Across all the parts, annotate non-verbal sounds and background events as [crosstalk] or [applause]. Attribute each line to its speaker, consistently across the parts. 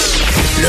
Speaker 1: Le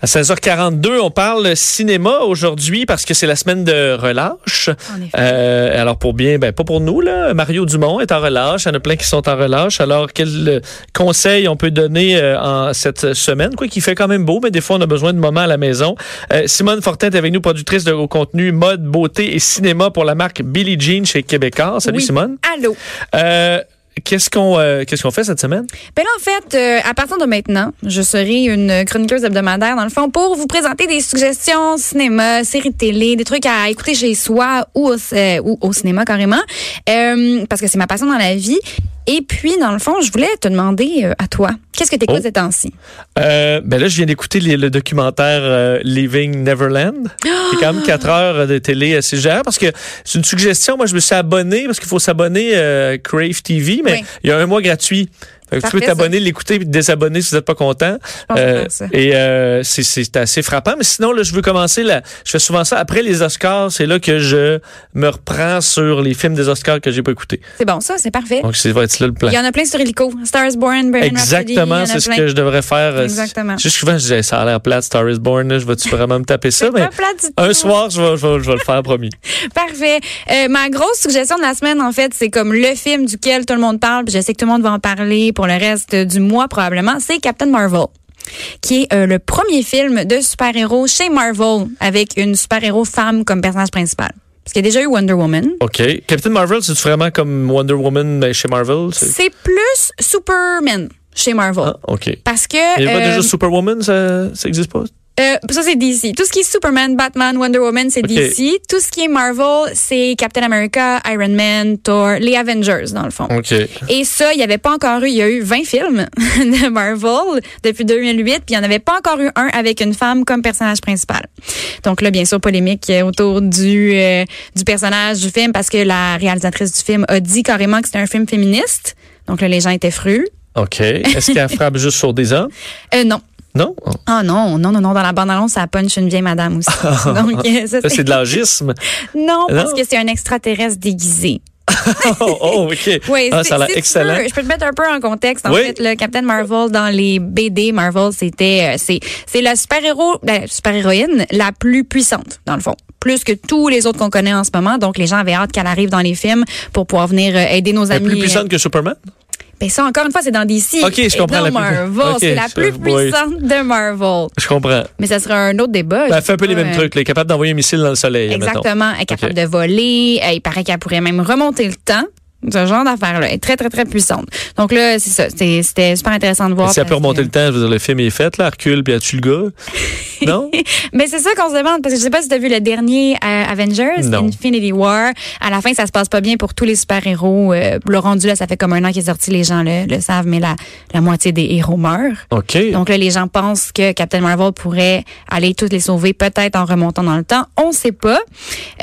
Speaker 2: À 16h42, on parle cinéma aujourd'hui parce que c'est la semaine de relâche.
Speaker 3: En effet.
Speaker 2: Euh, alors pour bien, ben pas pour nous là. Mario Dumont est en relâche, il y en a plein qui sont en relâche. Alors quel euh, conseil on peut donner euh, en cette semaine, quoi qu'il fait quand même beau, mais des fois on a besoin de moments à la maison. Euh, Simone Fortin est avec nous, productrice de au contenu mode, beauté et cinéma pour la marque Billie Jean chez Québécois. Salut
Speaker 3: Oui.
Speaker 2: Simone.
Speaker 3: Allô.
Speaker 2: Euh, qu'est-ce qu'on euh, qu'est-ce qu'on fait cette semaine
Speaker 3: Ben là, en fait, euh, à partir de maintenant, je serai une chroniqueuse hebdomadaire, dans le fond, pour vous présenter des suggestions cinéma, séries de télé, des trucs à écouter chez soi ou au, euh, ou au cinéma carrément, Euh, parce que c'est ma passion dans la vie. Et puis, dans le fond, je voulais te demander euh, à toi, qu'est-ce que t'écoutes
Speaker 2: Oh.
Speaker 3: ces temps-ci?
Speaker 2: Euh, ben là, je viens d'écouter les- le documentaire euh, Leaving
Speaker 3: [gasps]
Speaker 2: Neverland. C'est quand même 4 heures de télé assez gérant parce que c'est une suggestion. Moi, je me suis abonné parce qu'il faut s'abonner euh, Crave TV, mais
Speaker 3: Oui.
Speaker 2: il y a un mois gratuit. Fait que tu
Speaker 3: Parfait,
Speaker 2: peux t'abonner, l'écouter puis te désabonner si vous n'êtes pas content.
Speaker 3: pense que
Speaker 2: Euh,
Speaker 3: c'est ça.
Speaker 2: et euh, c'est- c'est assez frappant. Mais sinon, là, je veux commencer. Là, je fais souvent ça après les Oscars. C'est là que je me reprends sur les films des Oscars que j'ai pas écoutés.
Speaker 3: C'est bon, ça, c'est parfait.
Speaker 2: Donc, c'est va être là le plan.
Speaker 3: Il y en a plein sur Helico. Stars Born, Bohemian Rhapsody, il y en
Speaker 2: Exactement,
Speaker 3: a
Speaker 2: c'est ce
Speaker 3: plein.
Speaker 2: que je devrais faire. euh,
Speaker 3: Exactement.
Speaker 2: c'est- Juste souvent, je disais, ça a l'air plate, Star is Born, là, je vais-tu vraiment me taper ça?
Speaker 3: C'est
Speaker 2: mais
Speaker 3: pas plat du
Speaker 2: un
Speaker 3: tout.
Speaker 2: soir, je vais, je vais- je vais le faire, promis.
Speaker 3: Parfait. Euh, ma grosse suggestion de la semaine, en fait, c'est comme le film duquel tout le monde parle, puis je sais que tout le monde va en parler pour le reste du mois probablement, c'est Captain Marvel qui est euh, le premier film de super-héros chez Marvel avec une super-héros femme comme personnage principal. Parce qu'il y a déjà eu Wonder Woman.
Speaker 2: OK. Captain Marvel, c'est vraiment comme Wonder Woman mais chez Marvel? c'est-
Speaker 3: C'est plus Superman chez Marvel.
Speaker 2: Ah, OK.
Speaker 3: Parce que
Speaker 2: Il y a pas
Speaker 3: euh,
Speaker 2: déjà Superwoman, ça ça existe pas?
Speaker 3: Euh, ça, c'est DC. Tout ce qui est Superman, Batman, Wonder Woman, c'est
Speaker 2: Ok.
Speaker 3: DC. Tout ce qui est Marvel, c'est Captain America, Iron Man, Thor, les Avengers, dans le fond.
Speaker 2: OK.
Speaker 3: Et ça, il n'y avait pas encore eu, il y a eu 20 films [laughs] de Marvel depuis 2008, puis il n'y en avait pas encore eu un avec une femme comme personnage principal. Donc là, bien sûr, polémique euh, autour du, euh, du personnage du film, parce que la réalisatrice du film a dit carrément que c'était un film féministe. Donc là, les gens étaient frus.
Speaker 2: OK. Est-ce
Speaker 3: [laughs]
Speaker 2: qu'elle frappe juste sur des hommes?
Speaker 3: Euh, non.
Speaker 2: Non? Oh.
Speaker 3: Ah non, non, non, non, dans la bande-annonce, ça punch une vieille
Speaker 2: [laughs]
Speaker 3: madame aussi. Donc, euh, ça,
Speaker 2: Ça, c'est de
Speaker 3: [laughs]
Speaker 2: Hein? l'agisme.
Speaker 3: Non, parce
Speaker 2: Non?
Speaker 3: que c'est un extraterrestre déguisé.
Speaker 2: Oh, oh, OK.
Speaker 3: Oui,
Speaker 2: Ah, ça a l'air excellent.
Speaker 3: Je peux te mettre un peu en contexte. En
Speaker 2: Oui.
Speaker 3: fait, le Captain Marvel dans les BD Marvel, c'était euh, c'est c'est la super-héros, la super-héroïne la plus puissante dans le fond, plus que tous les autres qu'on connaît en ce moment. Donc les gens avaient hâte qu'elle arrive dans les films pour pouvoir venir euh, aider nos
Speaker 2: Elle est
Speaker 3: amis.
Speaker 2: plus puissante que Superman?
Speaker 3: Ben ça encore une fois, c'est dans DC.
Speaker 2: Ok, je
Speaker 3: et
Speaker 2: comprends,
Speaker 3: dans
Speaker 2: la plus-
Speaker 3: Marvel,
Speaker 2: Ok,
Speaker 3: c'est la
Speaker 2: ça,
Speaker 3: plus
Speaker 2: oui.
Speaker 3: puissante de Marvel.
Speaker 2: Je comprends.
Speaker 3: Mais ça serait un autre débat.
Speaker 2: Ben,
Speaker 3: je
Speaker 2: Elle fait un peu
Speaker 3: sais
Speaker 2: les
Speaker 3: pas,
Speaker 2: mêmes
Speaker 3: euh,
Speaker 2: trucs. Elle est capable d'envoyer un missile dans le soleil, mettons.
Speaker 3: Exactement. Elle est capable
Speaker 2: Ok.
Speaker 3: de voler. Euh, Il paraît qu'elle pourrait même remonter le temps. Ce genre d'affaire-là. Elle est très, très, très puissante. Donc là, c'est ça. C'était c'était super intéressant de voir.
Speaker 2: Et si elle peut
Speaker 3: parce que-
Speaker 2: remonter le temps, je veux dire, le film est fait, là, recule, puis elle tue
Speaker 3: [laughs]
Speaker 2: le gars. non?
Speaker 3: Mais c'est ça qu'on se demande, parce que je sais pas si tu as vu le dernier euh, Avengers,
Speaker 2: Non.
Speaker 3: Infinity War. À la fin, ça se passe pas bien pour tous les super-héros. Euh, le rendu, là, ça fait comme un an qu'il est sorti, les gens le, le savent, mais la, la moitié des héros meurent.
Speaker 2: OK.
Speaker 3: Donc là, les gens pensent que Captain Marvel pourrait aller tous les sauver, peut-être en remontant dans le temps. On sait pas.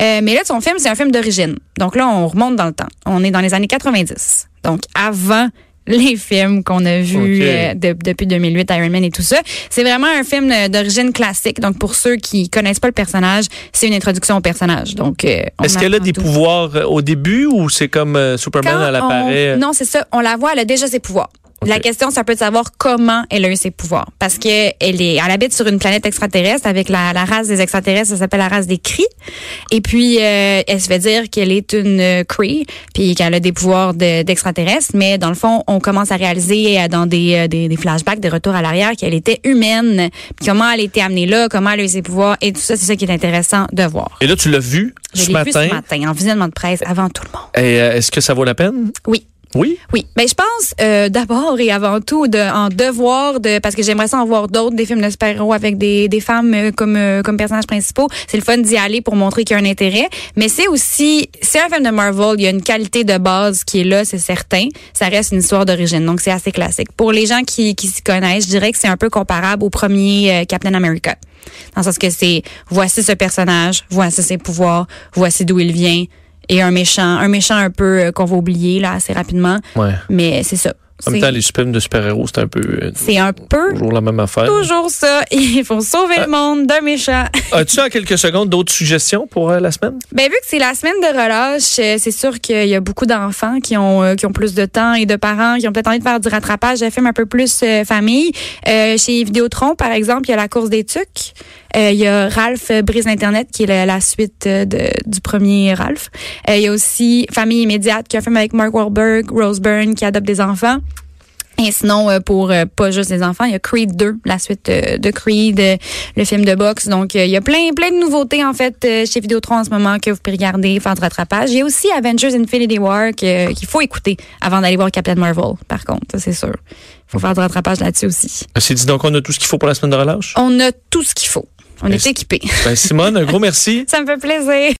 Speaker 3: Euh, mais là, son film, c'est un film d'origine. Donc là, on remonte dans le temps. On est dans les années 90. Donc avant les films qu'on a vus
Speaker 2: Ok.
Speaker 3: euh, de- depuis 2008, Iron Man et tout ça. C'est vraiment un film euh, d'origine classique. Donc pour ceux qui connaissent pas le personnage, c'est une introduction au personnage. Donc euh, on
Speaker 2: Est-ce qu'elle a
Speaker 3: apprend
Speaker 2: des
Speaker 3: tout.
Speaker 2: pouvoirs euh, au début ou c'est comme euh, Superman,
Speaker 3: Quand
Speaker 2: elle
Speaker 3: on-
Speaker 2: apparaît? euh,
Speaker 3: Non, c'est ça. On la voit, elle a déjà ses pouvoirs.
Speaker 2: Ok.
Speaker 3: La question, ça peut être de savoir comment elle a eu ses pouvoirs. Parce que elle est, elle habite sur une planète extraterrestre avec la, la race des extraterrestres, ça s'appelle la race des Cris. Et puis, euh, elle se fait dire qu'elle est une euh, Cree, puis qu'elle a des pouvoirs de- d'extraterrestre. mais dans le fond, on commence à réaliser euh, dans des, euh, des, des flashbacks, des retours à l'arrière, qu'elle était humaine. Puis comment elle a été amenée là, comment elle a eu ses pouvoirs. Et tout ça, c'est ça qui est intéressant de voir.
Speaker 2: Et là, tu l'as vu
Speaker 3: Je
Speaker 2: ce
Speaker 3: l'ai vu
Speaker 2: matin.
Speaker 3: ce matin, en visionnement de presse, avant tout le monde.
Speaker 2: Et euh, est-ce que ça vaut la peine?
Speaker 3: Oui.
Speaker 2: Oui.
Speaker 3: Oui, ben je pense euh, d'abord et avant tout de, en devoir de parce que j'aimerais ça en voir d'autres des films de super-héros avec des, des femmes euh, comme euh, comme personnages principaux. C'est le fun d'y aller pour montrer qu'il y a un intérêt, mais c'est aussi c'est un film de Marvel, il y a une qualité de base qui est là, c'est certain. Ça reste une histoire d'origine, donc c'est assez classique. Pour les gens qui qui s'y connaissent, je dirais que c'est un peu comparable au premier euh, Captain America. Dans le sens que c'est voici ce personnage, voici ses pouvoirs, voici d'où il vient et un méchant, un méchant un peu euh, qu'on va oublier là assez rapidement.
Speaker 2: Ouais.
Speaker 3: Mais c'est ça.
Speaker 2: En même temps, les films de super-héros, c'est un peu. euh,
Speaker 3: C'est un peu
Speaker 2: Toujours la même affaire.
Speaker 3: toujours ça. [laughs] Il faut sauver
Speaker 2: Ah.
Speaker 3: le monde d'un méchant. [laughs]
Speaker 2: As-tu en quelques secondes d'autres suggestions pour euh, la semaine?
Speaker 3: Ben, vu que c'est la semaine de relâche, euh, c'est sûr qu'il y a beaucoup d'enfants qui ont euh, qui ont plus de temps et de parents qui ont peut-être envie de faire du rattrapage de films un peu plus euh, famille. Euh, chez Vidéotron, par exemple, il y a la course des tucs. Euh, il y a Ralph euh, brise Internet, qui est la, la suite euh, de- du premier Ralph. Euh, il y a aussi Famille immédiate, qui est un film avec Mark Wahlberg, Rose Byrne, qui adopte des enfants. Et sinon, euh, pour euh, pas juste les enfants, il y a Creed 2, la suite euh, de Creed, euh, le film de boxe. Donc, euh, il y a plein, plein de nouveautés, en fait, euh, chez Vidéotron en ce moment que vous pouvez regarder, faire du rattrapage. Il y a aussi Avengers Infinity War que- euh, qu'il faut écouter avant d'aller voir Captain Marvel, par contre, ça, c'est sûr. faut faire du rattrapage là-dessus aussi.
Speaker 2: Euh, C'est dit donc on a tout ce qu'il faut pour la
Speaker 3: [laughs]
Speaker 2: semaine de relâche.
Speaker 3: On a tout ce qu'il faut. On
Speaker 2: Et
Speaker 3: est
Speaker 2: c'est-
Speaker 3: équipés. [laughs]
Speaker 2: Ben, Simone, un gros merci.
Speaker 3: Ça me fait plaisir.